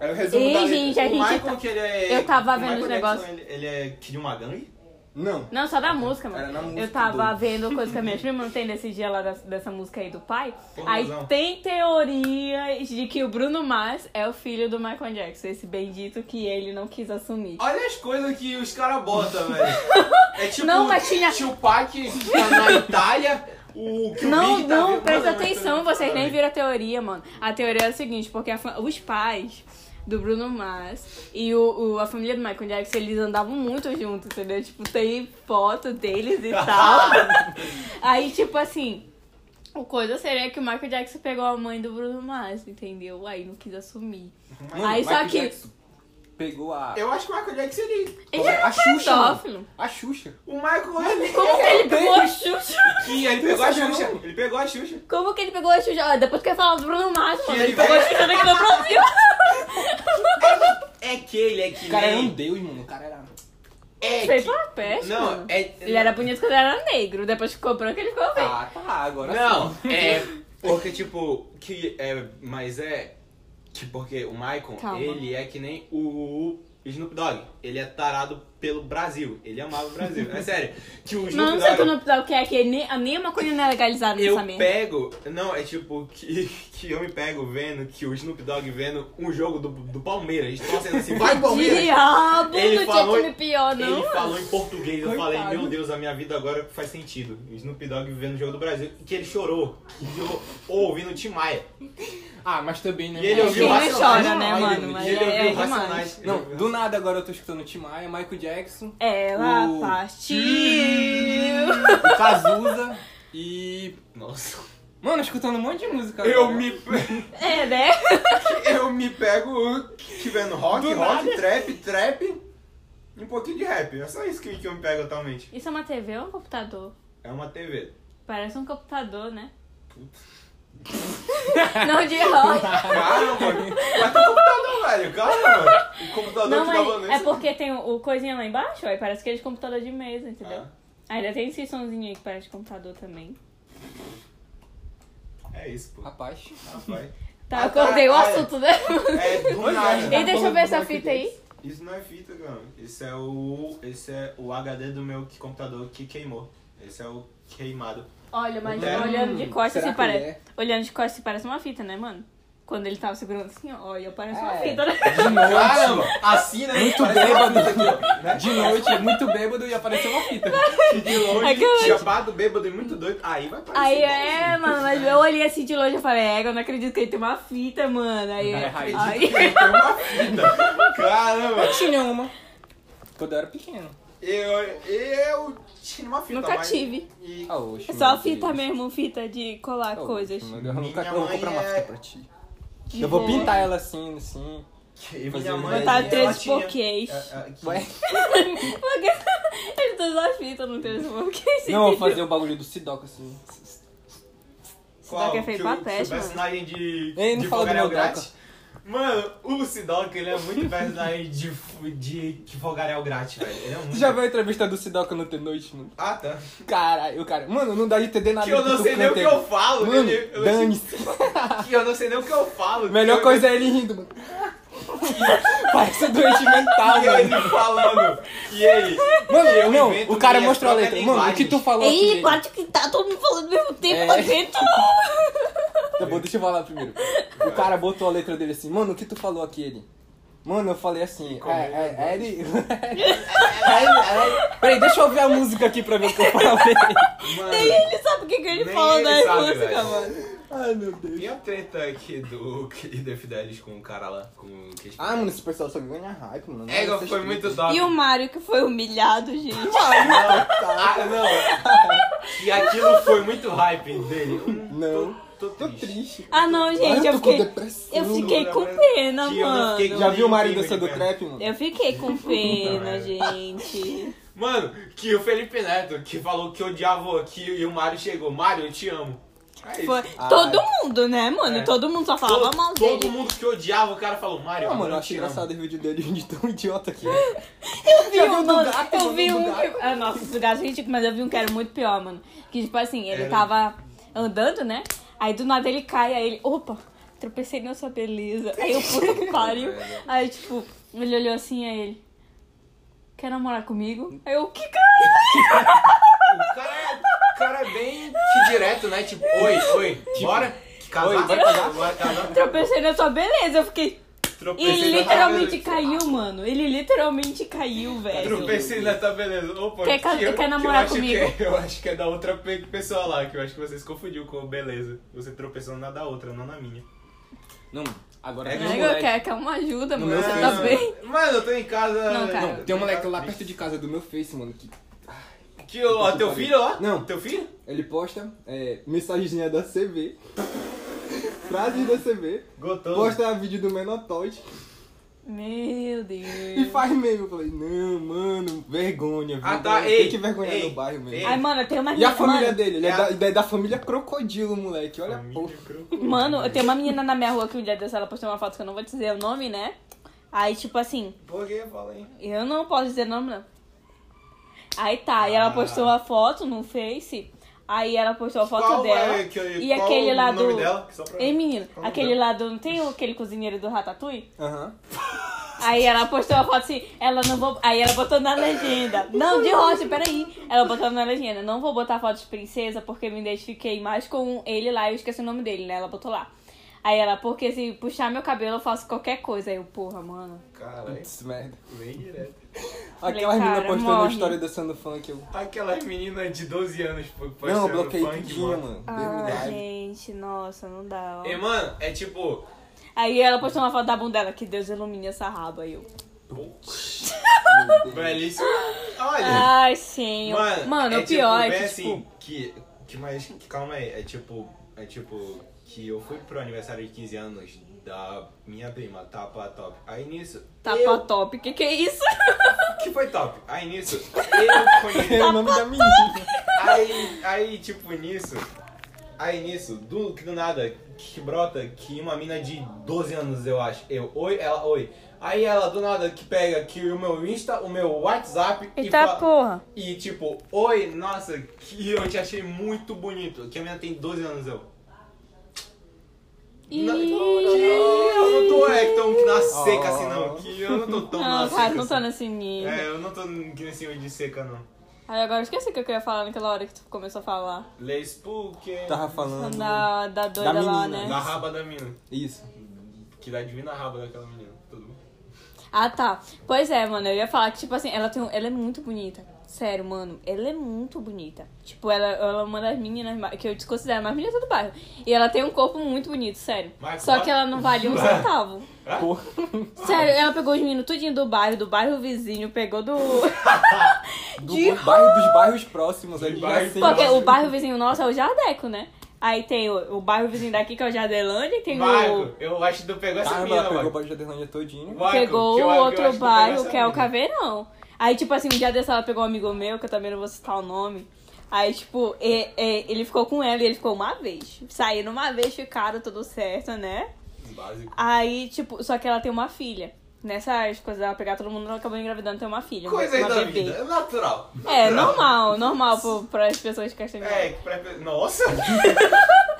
C: Aí É o resumo da
D: Ei,
C: letra.
D: gente, a
A: O
D: gente.
A: Michael, que ele é...
D: Eu tava
A: o
D: vendo
A: Michael
D: os
A: Jackson,
D: negócios.
A: Ele, ele é que de uma gangue?
C: Não.
D: Não, só da música, mano.
C: Era na música,
D: eu tava
C: doido.
D: vendo coisa que a minha prima não tem nesse dia lá das- dessa música aí do pai.
A: Tem
D: aí
A: razão.
D: tem teorias de que o Bruno Mars é o filho do Michael Jackson, esse bendito que ele não quis assumir.
A: Olha as coisas que os caras botam,
D: <laughs>
A: velho. É tipo
D: Não, mas tinha-
A: tio Pac tá na Itália, o que o
D: Não,
A: Big tá
D: não,
A: vendo-
D: presta
A: Mano, mas-
D: atenção, vocês nem
A: Mano,
D: viram a teoria, mano. A teoria é a seguinte, porque a fa- os pais do Bruno Mars e o, o- a família do Michael Jackson, eles andavam muito juntos, entendeu? Tipo, tem foto deles e tal. Aí, tipo assim, o coisa seria que o Michael Jackson pegou a mãe do Bruno Mars, entendeu? Aí não quis assumir.
C: Mano,
D: Aí, só
C: Michael
D: que-
C: Jackson pegou a.
A: Eu acho que o Michael Jackson, ele...
D: Ele era
C: a Xuxa.
D: pedófilo.
C: mano. A Xuxa.
A: O Michael, ele...
D: Como que ele pegou a Xuxa?
A: Que ele pegou a
C: Pensa não.
A: Xuxa. Ele pegou a Xuxa.
D: Como que ele pegou a Xuxa? Ó, depois que eu falar do Bruno Mars, mano,
A: ele
D: ele pegou a
A: vai-
D: Xuxa daqui do Brasil.
A: <laughs> É que ele é que
C: O cara era um
A: nem...
C: deus, mano. O cara era.
A: É
D: Fez
A: que-
D: uma peste,
A: Não,
D: mano.
A: é...
D: Ele era bonito quando era negro, depois que ficou branco ele ficou feio.
C: Ah, tá, agora
A: Não,
C: sim.
A: é... <laughs> Porque, tipo, que é... Mas é... Que porque o Michael,
D: Calma.
A: ele é que nem o Snoop Dogg. Ele é tarado pelo Brasil. Ele amava o Brasil. É sério. Que o
D: Não,
A: Snoop
D: não sei
A: Dogg...
D: como o que é que nem, a nenhuma coisa não é legalizada
A: Eu
D: nessa merda.
A: pego, não, é tipo que, que eu me pego vendo que o Snoop Dogg vendo um jogo do, do Palmeiras, torcendo assim,
D: <laughs>
A: vai Palmeiras!
D: Diabo,
A: Ele
D: não
A: falou-
D: ah, tinha time pior, não.
A: Ele falou em português, eu
C: Coitado.
A: falei, meu Deus, a minha vida agora faz sentido. Snoop Dogg vendo o jogo do Brasil, que ele chorou, que chorou ou ouvindo o Tim Maia.
C: Ah, mas também, né?
A: E ele
C: mano?
A: ouviu Quem não Racionais.
D: chora, né,
C: Ai,
D: mano?
C: Deus.
D: Mas
A: e ele
D: é-
A: ouviu
D: é demais.
A: Racionais. Ele
C: Não,
A: ouviu
C: do nada agora eu tô escutando Tim Maia, Michael Jackson,
D: Ela
C: O-
D: partiu.
C: o Cazuza e...
A: Nossa.
C: Mano, escutando um monte de música.
A: Eu
C: agora.
A: me, pe-
D: É, né? <laughs>
A: eu me pego que vendo rock,
C: Do
A: rock,
C: nada.
A: trap, trap e um pouquinho de rap. É só isso que, que eu me pego atualmente.
D: Isso é uma TV ou um computador?
A: É uma TV.
D: Parece um computador, né?
A: Puta.
D: <laughs> Não de rock.
A: Cara, mano. Mas tem computador, velho. Cara, mano. O computador
D: Não,
A: que tá
D: mas
A: Vanessa.
D: é porque tem o, o coisinha lá embaixo, aí parece que é de computador de mesa, entendeu?
A: Ah,
D: Ainda tem esse somzinho aí que parece de computador também.
A: é isso, pô.
C: Rapaz.
A: Rapaz.
D: Tá,
A: Ah, tá,
D: acordei o
A: é.
D: assunto, né?
A: É do
C: Pois é,
A: nada.
C: né?
D: E deixa eu ver essa fita aí.
A: Isso não é fita, cara. Esse é o. Esse é o HD do meu que- computador que queimou. Esse é o queimado.
D: Olha, mas
A: É.
D: olhando de costas
C: Será
D: se
C: que
D: parece.
C: é?
D: Olhando de costas se parece uma fita, né, mano? Quando ele tava segurando assim, ó, olha, parece uma
C: É.
D: fita, né?
C: De noite.
A: Caramba! Assim, né?
C: Muito bêbado. De noite, muito bêbado e apareceu uma fita. <laughs>
A: De longe,
D: É que eu-
A: chapado, bêbado e muito doido. Aí vai parecer.
D: Aí
A: bom,
D: é, mano, mas eu olhei assim de longe e falei, é, eu não acredito que ele tem uma fita, mano. Aí,
C: Não
D: aí, <laughs>
C: acredito.
A: assim. Tem uma fita. Caramba!
C: Eu tinha uma. Quando eu era pequeno.
A: Eu, eu tinha uma fita.
D: nunca
A: mas-
D: tive.
A: E
C: Ah, oxe,
D: É só
C: meu
D: fita
C: Deus.
D: mesmo, fita de colar
E: Tá
C: Ah, oxe,
D: coisas.
C: meu Deus, Eu,
A: Minha
C: nunca, eu vou
A: mãe
C: comprar uma
A: é- Tipo,
C: fita pra ti. Eu vou
D: boa.
C: pintar ela assim, assim.
A: que
C: Fazer
A: minha
C: um
A: mãe. tá
D: Botar
A: ela
D: três
A: tinha-
D: porquês.
A: É, é, que-
C: <laughs> Ué.
D: <laughs> Porque ele tá tem as fitas, não tem os porquês.
C: Não, eu vou fazer o bagulho do Sidoca assim.
A: Qual?
D: Sidoca é feio
A: Que
D: pra
A: eu
D: peste,
A: sou
D: mano.
A: personagem de,
C: Ei, não
A: de
C: fala do meu
A: fogaréu grátis. Mano, o Sidoca, ele é muito personagem de, fu- de, de fogaréu grátis, velho. Ele é muito...
C: Tu já viu a entrevista do Sidoca no The Noite, mano?
A: Ah, tá.
C: Caralho, cara. Mano, não dá de entender nada
A: Que eu
C: do
A: não
C: tu
A: sei nem o
C: canta,
A: que eu
C: mano.
A: falo.
C: Mano,
A: ele- eu,
C: dane-se.
A: que eu não sei nem o que eu falo.
C: Melhor
A: Eu- <laughs>
C: coisa é ele rindo, mano. Parece doente mental,
A: E ele
C: mano.
A: falando. E ele. é um
C: Mano, eu
A: invento
C: não, o cara
A: minhas
C: mostrou a
A: próprias
C: letra. Mano, o que tu
A: linguagens.
C: falou
D: Ei,
C: aqui?
D: quase que tá todo mundo falando ao mesmo tempo
C: É.
D: lá dentro.
C: Tá bom, deixa eu falar primeiro. O cara botou a letra dele assim, mano, o que tu falou aqui, ele? Mano, eu falei assim, é, é, é, ele... <laughs> Aí, aí- Peraí, deixa eu ouvir a música aqui pra ver o que eu falei.
A: Mano,
D: Nem ele sabe o que, que ele
A: Nem
D: fala
A: ele
D: da
A: sabe,
D: música,
A: velho.
D: mano.
C: Ai, meu Deus.
A: E a treta aqui do Querido Fidelis com o cara lá? Com o que
C: Ah, mano, esse pessoal só ganha hype, mano.
A: É,
C: Nossa,
A: foi muito
C: escrito.
A: top.
D: E o Mario que foi humilhado, gente.
C: tá.
A: Ah, não. <laughs> E aquilo foi muito hype dele. Hum,
C: Não.
A: Tô, tô
C: Tô
A: triste.
C: triste.
D: Ah, não, gente,
C: Ai,
D: eu
C: tô com
D: fiquei.
C: depressão.
D: Eu fiquei
C: né,
D: com
A: Tia,
D: pena,
A: eu não
D: mano.
A: fiquei
C: Já viu o marido
A: Sim,
C: dançando
A: sim.
C: trap, mano?
D: Eu fiquei com pena,
A: merda. <laughs>
D: gente.
A: Mano, que o Felipe Neto, que falou que odiava aqui e o Mário chegou. Mário, eu te amo. Aí,
D: Foi
C: Ai.
D: todo mundo, né, mano?
A: É.
D: Todo mundo só falava mal
A: todo, todo
D: dele.
A: mundo que odiava, o cara falou, Mário,
C: Ah,
A: agora
C: mano, eu
A: eu
C: achei
A: te amo.
C: engraçado o vídeo dele <laughs> de tão idiota aqui.
D: Eu vi
C: Já viu
D: um,
C: do
D: mano,
C: gato,
D: eu
C: mano,
D: vi
C: do
D: um
C: gato?
D: que... Ah, nossa, do gato é ridículo, mas eu vi um que era muito pior, mano. Que, tipo assim, ele
A: Era.
D: tava andando, né? Aí do nada ele cai, aí ele... Opa, tropecei na sua beleza. Aí
A: <laughs>
D: eu, puta que pariu. Aí, tipo, ele olhou assim, aí ele... Quer namorar comigo? Aí eu, que cara?
A: O cara, é- o cara é bem que direto, né? Tipo, oi, oi, bora casar.
C: Oi, bora casar?
A: Bora casar.
D: Tropecei na sua beleza. Eu fiquei... E
A: Tropecei
D: ele
A: na
D: literalmente
A: tua beleza.
D: caiu, mano. Ele literalmente caiu, velho.
A: Tropecei na tua beleza. Opa,
D: Quer ca-
A: que eu-
D: quer namorar
A: que eu acho
D: comigo?
A: que é- eu acho que é da outra pe- pessoa lá, que eu acho que você se confundiu com beleza. Você tropeçou na da outra, não na minha.
C: Não, mano, agora
A: É
C: tem
A: que
C: um
D: Nego,
C: moleque.
D: quer, quer uma ajuda,
C: No
D: mano.
C: meu caso,
D: Você tá
A: né?
C: não.
D: bem?
A: Mano, eu tô em casa.
D: Não, cara. Não,
C: Tem um moleque lá perto de casa do meu Face, mano, que
A: Que, ó,
C: Puta que
A: teu
C: pariu.
A: filho, ó?
C: Não.
A: Teu filho?
C: ele posta é, mensagenzinha da <laughs> CV, frase da CV,
A: Gotoso.
C: posta vídeo do Menotoid
D: Meu
C: e
D: Deus.
C: faz meme. Eu falei, não, mano, vergonha,
A: Ah,
C: vergonha.
A: tá, ei,
C: Tem que vergonhar
A: ei,
C: no bairro mesmo.
A: ei.
D: Ai, mano, eu tenho
C: E
D: uma
C: a
D: menina.
C: família
D: Mano,
C: dele, ele é,
A: É a-
C: da, ele é da família Crocodilo, moleque, olha, pô.
D: mano, eu tenho uma menina na minha rua que um dia dessa ela postou uma foto que eu não vou dizer o nome, né? Aí, tipo assim,
A: Por que fala, hein?
D: eu não posso dizer o nome, não. Aí tá, e ela
A: Ah.
D: postou a foto no Face. Aí ela postou a foto
A: Qual
D: dela.
A: é que-
D: e
A: qual
D: aquele
A: o
D: lá
A: nome
D: do.
A: dela? Só pra-
D: Ei, menino,
A: Qual o nome
D: aquele
A: dela?
D: lá do. Não tem aquele cozinheiro do Ratatouille?
C: Aham.
D: Aí ela postou uma foto assim, ela não vou. Aí ela botou na legenda. Não, de rocha, peraí. Ela botou na legenda. Não vou botar foto de princesa porque me identifiquei mais com ele lá e eu esqueci o nome dele, né? Ela botou lá. Aí ela, porque se puxar meu cabelo eu faço qualquer coisa. Aí eu, porra, mano.
A: Caralho,
C: Putz, merda.
A: bem direto.
C: Aquela menina
D: cara,
C: postando a
D: morre.
C: história dançando funk, eu...
A: Aquelas meninas de 12 anos pô, postando
C: Não, eu bloqueei
A: um funk,
C: tudinho, mano.
D: Ah, gente, nossa, não dá. ó.
A: E, mano, é tipo...
D: Aí ela postou uma foto da bunda dela, que Deus ilumine essa raba. Aí eu.
A: Belíssimo.
C: É.
A: Olha...
D: Ai, sim. Ah, Mano,
A: é
D: o pior
A: tipo,
D: é
A: bem
D: que, tipo.
A: assim, que, que mais, que- calma aí, é tipo, é tipo, que eu fui pro aniversário de 15 anos da minha prima, tapa top. Aí nisso,
D: Tapa
A: eu,
D: tá top, que que é isso?
A: que foi top. Aí
D: <laughs>
A: nisso, eu conheci,
C: É o nome da menina.
A: aí, aí tipo nisso, aí nisso, do, do nada, que brota que uma mina de 12 anos, eu acho, eu, oi, ela, oi. Aí ela do nada que pega que o meu Insta, o meu WhatsApp e
D: Eita
A: fala-
D: porra.
A: e tipo, oi, nossa, que eu te achei muito bonito. Que a menina tem 12 anos, eu. Não, que eu não tô é, tão que na seca assim, não. Que eu não tô tão na
D: Não, tá,
A: seca.
D: cara, não tô
A: assim.
D: nesse nível.
A: É, eu não tô que nesse nível de seca, não.
D: Aí agora eu esqueci o que eu queria falar naquela hora que tu começou a falar.
A: Leis porque.
C: Tava tá falando...
D: Da, da doida
C: Da
D: lá,
C: menina.
D: né?
A: Da raba da mina.
C: Isso.
A: Que dá divina raba daquela menina. Todo mundo.
D: Ah, tá. Pois é, mano, eu ia falar que, tipo assim, ela, tem, um- ela é muito bonita. Sério, mano, ela é muito bonita. Tipo, ela, ela é uma das meninas ma- que eu desconsidero mais bonita do bairro. E ela tem um corpo muito bonito, sério.
A: Mas
D: Só
A: claro.
D: que ela não vale
A: <laughs>
D: um centavo.
C: Porra.
D: Sério, ela pegou os meninos tudinho do bairro, do bairro vizinho, pegou
A: <laughs>
D: do.
C: Do
D: <laughs> De
C: bairro, dos bairros próximos, ali
A: bairro
C: assim.
D: Porque
A: Nossa.
D: o bairro vizinho nosso é o Jardeco, né? Aí tem o, o bairro vizinho daqui, que é o Jardelândia, e tem
A: Marco, eu acho que tu pegou essa
C: Caramba,
A: mina,
C: ela pegou o
A: mano.
C: bairro de Adelândia todinho.
D: o.
A: Marco,
D: Pegou
A: que eu-
D: o
A: que eu acho
D: outro
A: que tu pegou
D: bairro,
A: essa
D: que é o
A: mina.
D: Caveirão. Aí, tipo assim, um dia dessa ela pegou um amigo meu, que eu também não vou citar o nome. Aí, tipo, e- e- ele ficou com ela e ele ficou uma vez. Saíram uma vez, ficaram tudo certo, né?
A: Básico.
D: Aí, tipo, só que ela tem uma filha. Nessa área de coisas, ela pegar todo mundo, ela acabou engravidando e ter uma filha.
A: Coisa aí
D: uma
A: da
D: bebê.
A: vida. É natural. Natural.
D: É, normal, normal pro, pras pessoas que acham
A: É, pra... nossa.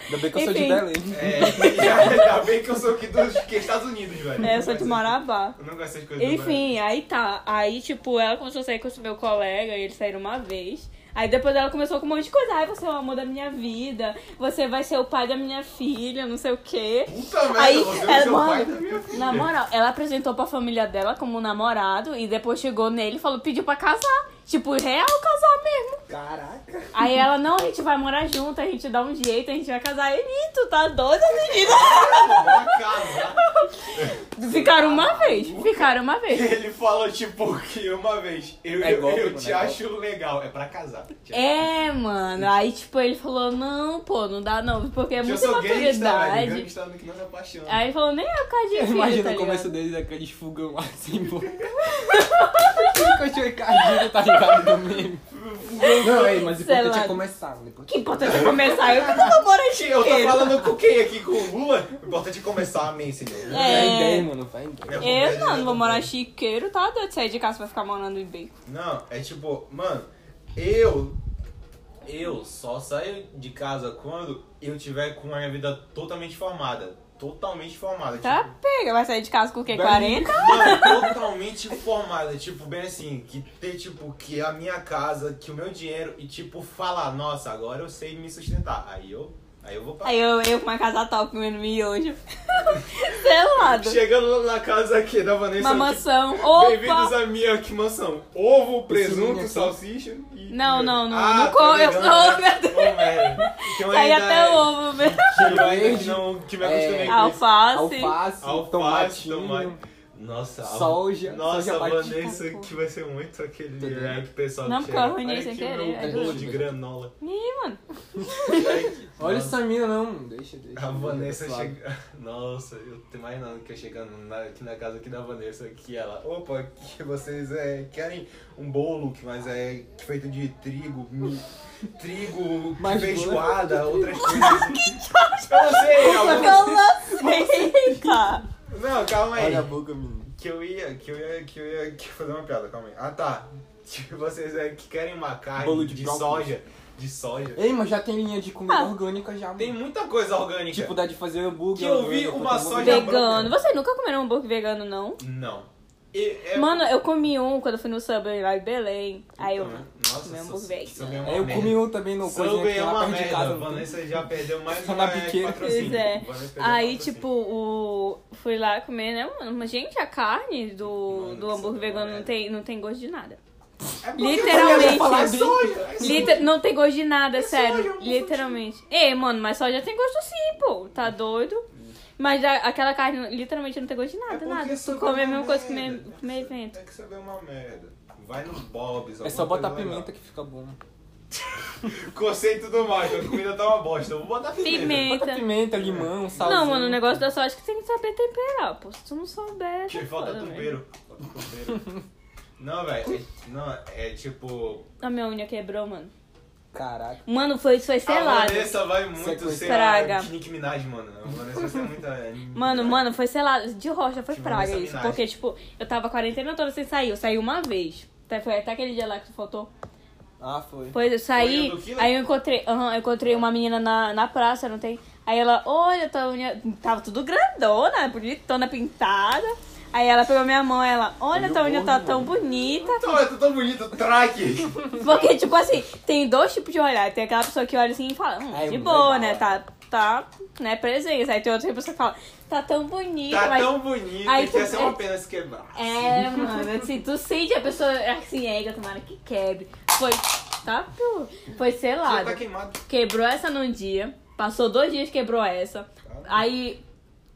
C: Ainda bem que eu sou
D: Enfim.
C: de Belém.
A: É, <laughs> ainda bem que eu sou aqui dos que é Estados Unidos, velho.
D: É, eu sou de Marabá.
A: Eu não gosto dessas coisas. do Brasil.
D: Enfim, aí tá. Aí, tipo, ela começou a sair com o meu colega e eles saíram uma vez. Aí depois ela começou com um monte de coisa. Ai, você é o amor da minha vida. Você vai ser o pai da minha filha, não sei o quê.
A: Puta merda,
D: Aí,
A: você é o
D: ela,
A: seu pai da
D: mano,
A: minha filha.
D: na moral, ela apresentou pra família dela como um namorado e depois chegou nele e falou, pediu pra casar. Tipo, real casar mesmo.
C: Caraca.
D: Aí ela, não, a gente vai morar junto, a gente dá um jeito, a gente vai casar. Ele, tu tá doida,
A: <laughs>
D: menina?
A: Uma casa.
D: Ficaram uma vez, ficaram uma vez.
A: Ele falou, tipo, que uma vez eu,
C: É
A: eu,
C: golpe,
A: eu
C: né?
A: te
C: É golpe.
A: acho legal. É pra casar.
D: É, mano. Aí, tipo, ele falou, não, pô, não dá não, porque é
A: eu
D: muita
A: sou gangsta, velho.
D: maturidade.
A: Gangsta do é que nós apaixonamos.
D: Aí ele falou, nem é por causa de filho,
C: Imagina
D: tá
C: o começo
D: ligado?
C: deles, aqueles fogão assim,
D: <laughs>
C: pô. Continua encardido, tá ligado? Do meme. Não, é, mas o
D: Sei
C: importante
D: lá.
C: é começar. né? Porque-
D: Que importante começar, eu não namoro
A: Gente, Eu tô falando com quem aqui? Com o Lula? Importante começar, amém, senhor.
D: É.
C: Vai bem, mano, vai bem.
D: Eu não, não vou morar chiqueiro, tá doido de sair de casa pra ficar morando em beco.
A: Não, é tipo, mano, eu. Eu só saio de casa quando eu tiver com a minha vida totalmente formada. Totalmente formada.
D: Tá
A: Tipo,
D: pega, vai sair de casa com o quê?
A: <laughs>
C: Vai-
D: 40?
A: Mano, totalmente formada. Tipo, bem assim, que ter, tipo, que a minha casa, que o meu dinheiro e, tipo, falar, nossa, agora eu sei me sustentar. Aí eu. Aí eu vou pra.
D: Aí eu, eu com uma casa tal comendo miojo. <laughs> Selado.
A: Chegando na casa aqui da Vanessa.
D: Uma
A: eu, tipo,
D: mansão.
A: Bem-vindos
D: Opa!
A: à minha que mansão. Ovo,
C: Esse
A: presunto,
C: vinho
A: salsicha e.
D: Não, não, não.
A: Ah,
D: não como, eu
A: tô
D: <laughs> sou.
A: ligado.
D: meu Deus.
A: Ô, merda. Que eu
D: Sai
A: ainda-
D: até o ovo, velho.
A: Que eu ainda não. Que me acostumei
C: É.
A: com isso.
D: Alface.
C: Alface,
A: Alface,
C: tomatinho.
A: tomate. Nossa, al-
C: Soja,
A: Nossa,
C: soja batida.
A: Vanessa, que vai ser muito aquele.
C: Entendeu?
A: É, que o pessoal
D: Tá Não,
A: que
D: porque
A: chega,
D: eu arruinei
A: "Olha
D: sem
A: aqui meu
D: querer, é
A: bolo
C: justo.
A: de granola.
D: Ih, mano.
C: <laughs>
A: Nossa.
C: Olha essa mina, não. Deixa, deixa.
A: A Vanessa
C: Suave.
A: chega. <laughs> Nossa, eu tô imaginando que eu chegando na- aqui na casa aqui da Vanessa, que ela. Opa, que <laughs> vocês é, querem um bolo que mas é feito de trigo,
C: <laughs>
A: mi- trigo,
C: Mas <laughs>
A: feijoada, outras coisas. eu não sei, alguma-
D: Eu não sei, tá?
A: Não, calma aí.
C: Olha a boca, menino.
A: Que eu ia, que eu ia, que eu ia que eu ia fazer uma piada, calma aí. Ah tá. <laughs> Que vocês é, que querem uma carne
C: Bolo
A: de,
C: de brócolis.
A: soja. De soja.
C: Ei, mas já tem linha de comida
D: Ah.
C: orgânica já,
A: Tem
C: mano.
A: muita coisa orgânica.
C: Tipo, dá de fazer hambúrguer.
A: Que eu vi
C: orgânico, tá
A: uma
C: tem
A: soja
C: hambúrguer.
D: Vegano. Você nunca comeu um hambúrguer vegano, não?
A: Não. E- é-
D: Mano, eu comi um quando eu fui no Subway lá em Belém. Aí
A: Então,
D: eu...
A: né? Nossa,
D: Meu
A: sou-
D: hambúrguer.
A: Subway é uma
C: É, eu
A: merda.
C: comi um também no cozinha
A: Subway
C: que
A: é
C: lá
A: uma
C: perto de casa.
A: merda.
C: não tem?
A: Vanessa já perdeu mais
C: Só
A: uma
C: na biqueira.
A: patrocínio.
D: Pois é.
A: Vanessa perdeu
D: Aí,
A: patrocínio.
D: tipo, o... fui lá comer, né, mano? Mas, gente, a carne do,
A: Mano,
D: do
A: que
D: hambúrguer
A: sabor,
D: vegano
A: né?
D: não tem, não tem gosto de nada.
A: É porque
D: literalmente.
A: eu ia falar soja, é soja.
D: Liter- Não tem gosto de nada, sério.
A: soja, eu não
D: literalmente. Ei, mano, mas soja tem gosto sim, pô. Tá
A: Hum.
D: doido? Mas a- aquela carne literalmente não tem gosto de
A: É
D: nada,
A: porque
D: nada. Tu
A: Subway
D: come
A: é
D: a
A: uma
D: mesma coisa que comer,
A: merda.
D: comer evento.
A: É que Subway é uma merda. Vai no Bob's.
C: É só
A: alguma
C: botar
A: coisa
C: pimenta que fica bom.
A: legal. Conceito do mais, a comida tá uma bosta. Eu vou botar pimenta.
D: Pimenta.
C: Bota pimenta, limão, sal.
D: Não, mano, o negócio da soja é que tem que saber temperar, pô. Se tu não souber,
A: Que
D: tá
A: Tipo, falta
D: foda, velho.
A: tempero. Falta tempero. Não, velho. é- Não, é tipo.
D: A minha unha quebrou, mano.
C: Caraca.
D: Mano, foi, foi
A: a
D: selado.
A: Vanessa vai muito
C: Sequência.
A: ser
D: Praga.
A: a Nicki Minaj, mano. A Vanessa vai muito. é,
D: Mano, mano, foi selado. De rocha, foi
A: Que
D: praga
A: Vanessa
D: isso.
A: Minaj.
D: Porque, tipo, eu tava a quarentena toda sem sair. Eu saí uma vez. Até- Foi até aquele dia lá que tu faltou.
C: Ah, foi.
D: Pois eu saí,
A: Foi o do Killer?
D: aí eu encontrei, aham, eu encontrei uma menina na, na praça, não tem? Aí ela, olha, tua unha. Tava tudo grandona, bonitona, pintada. Aí ela pegou minha mão, ela, olha,
C: Olha
D: tua
C: o
D: unha
C: gorro,
D: tá
C: mano.
D: tão bonita.
A: Então, eu tô tão bonito,
D: <laughs>
A: traque.
D: Porque, tipo assim, tem dois tipos de olhar. Tem aquela pessoa que olha assim e fala, hum,
C: Ai,
D: de
C: legal,
D: boa, né?
C: é.
D: Tá, tá, né, presença. Aí tem outra pessoa que fala, tá tão bonita,
A: Tá
D: mas.
A: tão bonito
D: Aí
A: que
D: tu-
A: ia ser uma
D: é-
A: pena se quebrar.
D: É, mano, assim, tu sente a pessoa assim, ega, tomara que quebre. Foi. Tá, pô. Foi
A: Já
D: selado.
A: tá queimado.
D: Quebrou essa num dia. Passou dois dias, quebrou essa.
A: Tá.
D: Aí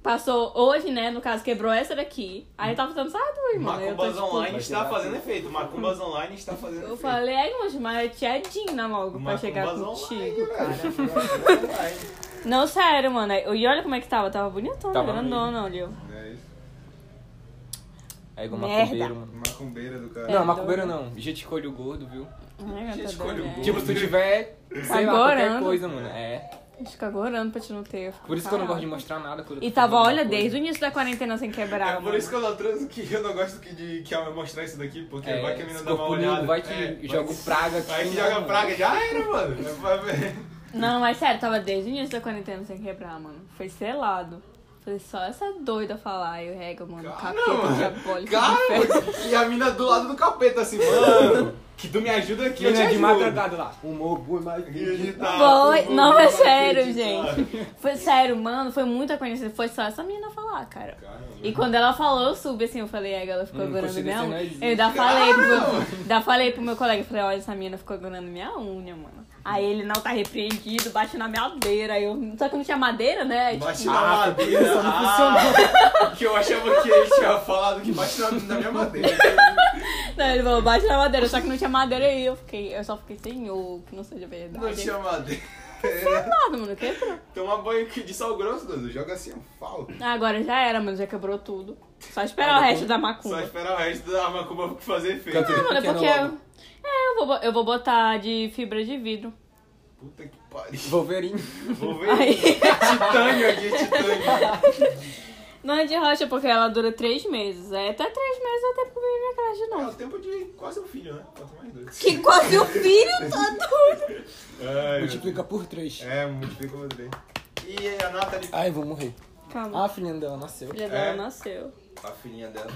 D: passou hoje, né? No caso, quebrou essa daqui. Aí eu tava faltando só duas, mano. Eu, tô,
A: Macumbas
D: tipo,
A: Online
C: vai
A: está
C: quebrar
A: fazendo
C: tudo.
A: efeito. Macumbas Online está fazendo
D: eu
A: efeito.
D: falei, ai, moço, mas eu tinha Dina logo pra
A: Macumbas
D: chegar
A: Online,
D: contigo,
A: velho.
D: cara.
A: Macumbas Online.
D: Não, sério, mano. E olha como é que tava. Tava bonitona,
C: Tava
D: grandona, olha.
A: É isso.
C: É igual
D: Merda.
C: macumbeiro, mano.
A: Macumbeira do cara.
C: Não,
D: É,
C: macumbeiro não. Gente de olho gordo, viu?
D: Ai,
A: Gente,
D: meu
A: olha o
D: Deus.
A: gordo.
C: Tipo, se tu tiver, sei lá,
D: Agora,
C: qualquer
D: né?
C: coisa, mano. É.
D: gente ficava orando pra te não ter.
E: Por isso que eu não gosto de mostrar nada. quando eu tô
D: E tava,
E: fazendo
D: olha,
E: alguma
D: desde o início da quarentena sem quebrar.
A: É por isso que eu não transo que eu não gosto que, de, que ela mostrar isso daqui, porque
E: É,
A: vai que a menina dá
E: ficou
A: uma
E: punido,
A: olhada. É,
E: vai que joga o praga aqui,
A: Vai que
E: né,
A: joga
E: mano?
A: praga, já era, mano. É pra ver.
D: <laughs> Não, mas sério, tava desde o início da quarentena sem quebrar, mano. Foi selado. Foi só essa doida falar e o rega, mano.
A: Cara,
D: Capeta
A: mano.
D: diabólico.
A: Cara,
D: do inferno.
A: e a mina do lado do capeta, assim, mano, que tu me ajuda aqui,
E: coisa.
A: eu te
E: Menina de
A: ajudo.
E: madrugada lá. Humor,
C: é
E: boi,
A: E
E: mas...
A: tá,
D: Foi,
A: o-
D: não,
A: o-
D: é
A: o-
D: sério,
A: o-
D: gente. Foi sério, mano, foi muita coincidência. Foi só essa menina falar, cara.
A: Caramba.
D: E quando ela falou, eu subi assim, eu falei, é, ela ficou
E: Hum,
D: agorando
E: coincidência
D: minha
E: não
D: unha.
E: existe.
D: Eu ainda falei, pro meu, ainda falei pro meu colega, eu falei, olha, essa menina ficou agorando minha unha, mano. Aí ele, não, tá repreendido, bate na minha madeira. Aí eu, só que não tinha madeira, né? Aí,
A: Bate
D: tipo,
A: na
E: Ah,
A: madeira.
E: isso
A: <laughs>
E: não
A: Ah, que eu achava que ele tinha falado que bate na, na
D: <laughs>
A: minha madeira.
D: <laughs> Não, ele falou, bate na madeira, só que não tinha madeira aí. Eu fiquei, eu só fiquei, senhor, que não seja verdade.
A: Não tinha madeira.
D: nada, mano, quebrou.
A: Toma banho de sal grosso, Dudu. Joga assim, eu falo.
D: Agora já era, mano, já quebrou tudo. Só esperar o resto da
A: Só
D: macumba.
A: espera o resto da macumba fazer efeito.
D: Não, mano, é
E: Pequeno
D: porque.
E: logo.
D: É, eu vou, bo- eu vou botar de fibra de
A: <laughs>
D: vidro.
A: Puta que pariu.
E: Wolverine.
A: Vou ver.
D: Aí.
A: Titânio aqui, titânio.
D: Não é de rocha, porque ela dura três meses. É até três meses até pra mim minha creche,
A: É o
D: não.
A: tempo de quase um filho, né? Quanto mais dois.
D: Que quase o filho tá doido.
A: Ai,
E: <laughs> Multiplica por três.
A: É, multiplica o três. E a Nathalie?
E: Ai, vou morrer.
D: <laughs> Calma.
E: Ah, a filhinha dela nasceu.
D: A filha dela
A: É.
D: nasceu.
A: A filhinha dela.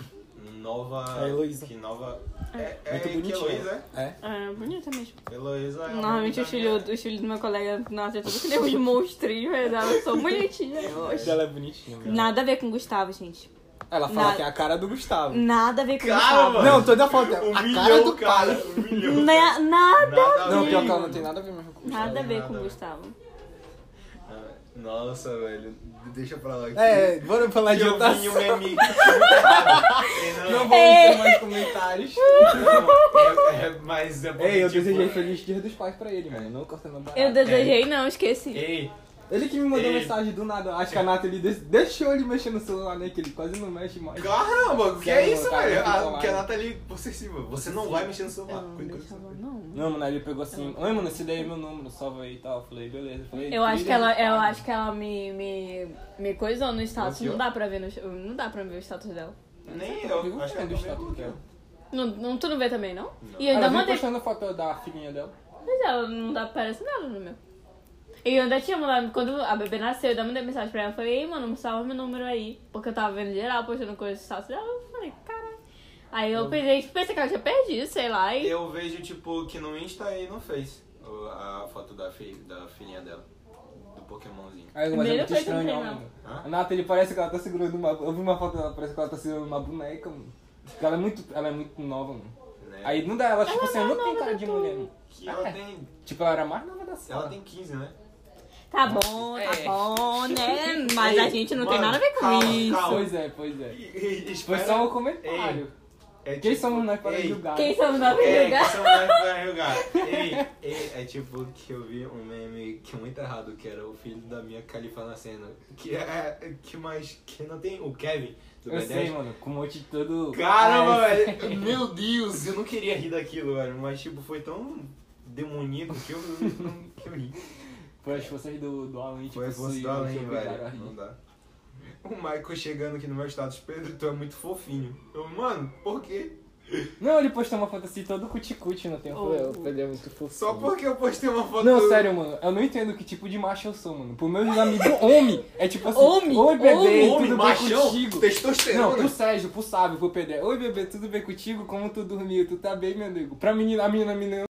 A: Nova.
E: É a Heloísa.
A: Que nova. É, é
E: Muito
A: que
E: bonitinha.
A: Heloísa,
E: É.
D: É, bonita mesmo.
A: é? Heloísa é.
D: Normalmente o filho, o filho do meu colega nasce tudo que nem uns monstrinhos, mas ela sou bonitinha. eu acho.
E: Ela é bonitinha. mano.
D: Nada a ver com o Gustavo, gente.
E: Ela fala
D: Nada.
E: que é a cara do Gustavo.
D: Nada a ver com o
A: Cara,
D: Gustavo.
A: mano.
E: Não, toda foto
A: <laughs>
E: é
A: Um
E: a
A: milhão,
E: cara do
A: cara.
E: pai.
A: Um milhão.
D: Na- é nada.
A: Nada a
E: Não,
A: ver.
E: pior que ela não tem nada a ver mesmo com o Gustavo.
D: Nada a ver com
A: Nada.
D: o Gustavo.
A: Ah, Nossa, velho. Deixa pra lá.
E: É, bora falar de
A: eu
E: outra
A: vi um
E: ação.
A: meme. <laughs> Não,
E: Não vou
D: É.
E: ter
A: <laughs>
E: mais comentários.
A: não, é- é- mas é porque,
E: Ei, eu
A: tipo,
E: desejei feliz dia dos pais pra ele, mano. Não corta meu barato.
D: Eu desejei, não, esqueci.
A: é, Ei,
E: Ele que me mandou
A: Ei.
E: mensagem do nada. Acho que a Nathalie des- deixou ele mexer no celular, né? Que ele quase não mexe mais.
A: caramba, o que é
E: Sério,
A: isso,
E: cara,
A: velho?
E: eu fico
A: Ah,
E: bolado.
A: que a Nathalie possessiva. Você não vai mexer no celular.
D: Eu não
A: Cuidado.
D: deixava, não.
E: Não, mano, aí ele pegou assim, oi mano, esse daí é meu número, salva aí e tal. Eu falei, beleza. falei,
D: Eu acho que
E: filha é
D: ela,
E: do pai,
D: eu
E: mano.
D: acho que ela me, me, me coisou no status.
A: Bloqueou?
D: Não dá pra ver no, não dá pra ver o status dela.
A: Nem
E: Eu vi
A: eu.
E: um
A: Acho que tá
E: trem do
A: eu também
E: status
A: bloqueio.
E: dela.
D: Não, não, tu não vê também, não? E eu
E: Ela
D: ainda
E: vem
D: mandei.
E: postando foto da filhinha dela.
D: Mas ela não dá parece nada no meu. E eu ainda tinha mandado, quando a bebê nasceu, eu ainda mandei mensagem pra ela. eu Falei, ei, mano, salva meu número aí. Porque eu tava vendo geral, postando coisa de status dela. Eu falei, caralho. Aí eu pensei, pensei que ela tinha perdido, sei lá. E...
A: Eu vejo, tipo, que no Insta e no Face o- a foto da, fi, da filhinha dela. Do Pokémonzinho.
E: Aí, mas é
D: Primeiro
E: muito
D: foi que não
E: estranho,
D: tem, não.
E: ó, mano.
A: Hã?
E: A Nathalie parece que ela tá segurando uma. Eu vi uma foto dela, parece que ela tá segurando uma boneca, mano. Porque Ela é muito, ela é muito nova, mano.
A: Né?
E: Aí não dá, ela, tipo assim,
D: não é
E: ela não tem
D: nova
E: cara
D: do
E: de
D: tu.
E: mulher, mano.
A: Que ela
D: É.
A: tem.
E: Tipo, ela era mais nova da sala.
A: Ela tem 15, né?
D: Tá bom, tá
E: É.
D: bom, né? Mas a gente não tem
A: mano,
D: nada a ver com
A: calma,
D: isso.
A: calma.
E: <laughs> Pois é, pois é.
A: E- e- e
E: <laughs> Foi
A: espera-
E: só um comentário.
A: É
E: Quem
A: tipo-
E: somos nós para
A: Ei,
E: julgar?
D: Quem somos nós pra
A: É,
D: julgar?
A: que são mais pra julgar.
D: <laughs>
A: Ei, ei, é tipo que eu vi um meme que é muito errado, que era o filho da minha califa nascendo. Que é. Que mais. Que não tem. O Kevin, do
E: Eu
A: B10.
E: sei, mano, com um monte de todo.
A: Caramba,
E: Ah, esse-
A: velho. Meu Deus, eu não queria rir daquilo, velho. Mas, tipo, foi tão demoníaco que eu, não- que eu ri.
E: Foi as forças do, do Alan, tipo,
A: Foi a força
E: possuíam,
A: do
E: te
A: além,
E: obrigaram a
A: velho.
E: rir.
A: Tipo assim, Não dá. O Michael chegando aqui no meu status, Pedro, tu é muito fofinho. Eu, mano, por quê?
E: Não, ele postou uma foto assim, todo cuticute no tempo.
D: Oh.
E: Eu, ele é muito fofo.
A: Só porque eu postei uma foto.
E: Não, sério, mano, eu não entendo que tipo de macho eu sou, mano. Pro meus amigos, homem, é tipo assim,
D: Homem,
E: oi bebê,
D: homem,
E: tudo
A: Homem,
E: bem
A: machão,
E: contigo? Não, pro
A: testosterona.
E: Sérgio, pro Sábio, pro Pedro, oi bebê, tudo bem contigo? Como tu dormiu? Tu tá bem, meu amigo? Pra menina, a menina, a menina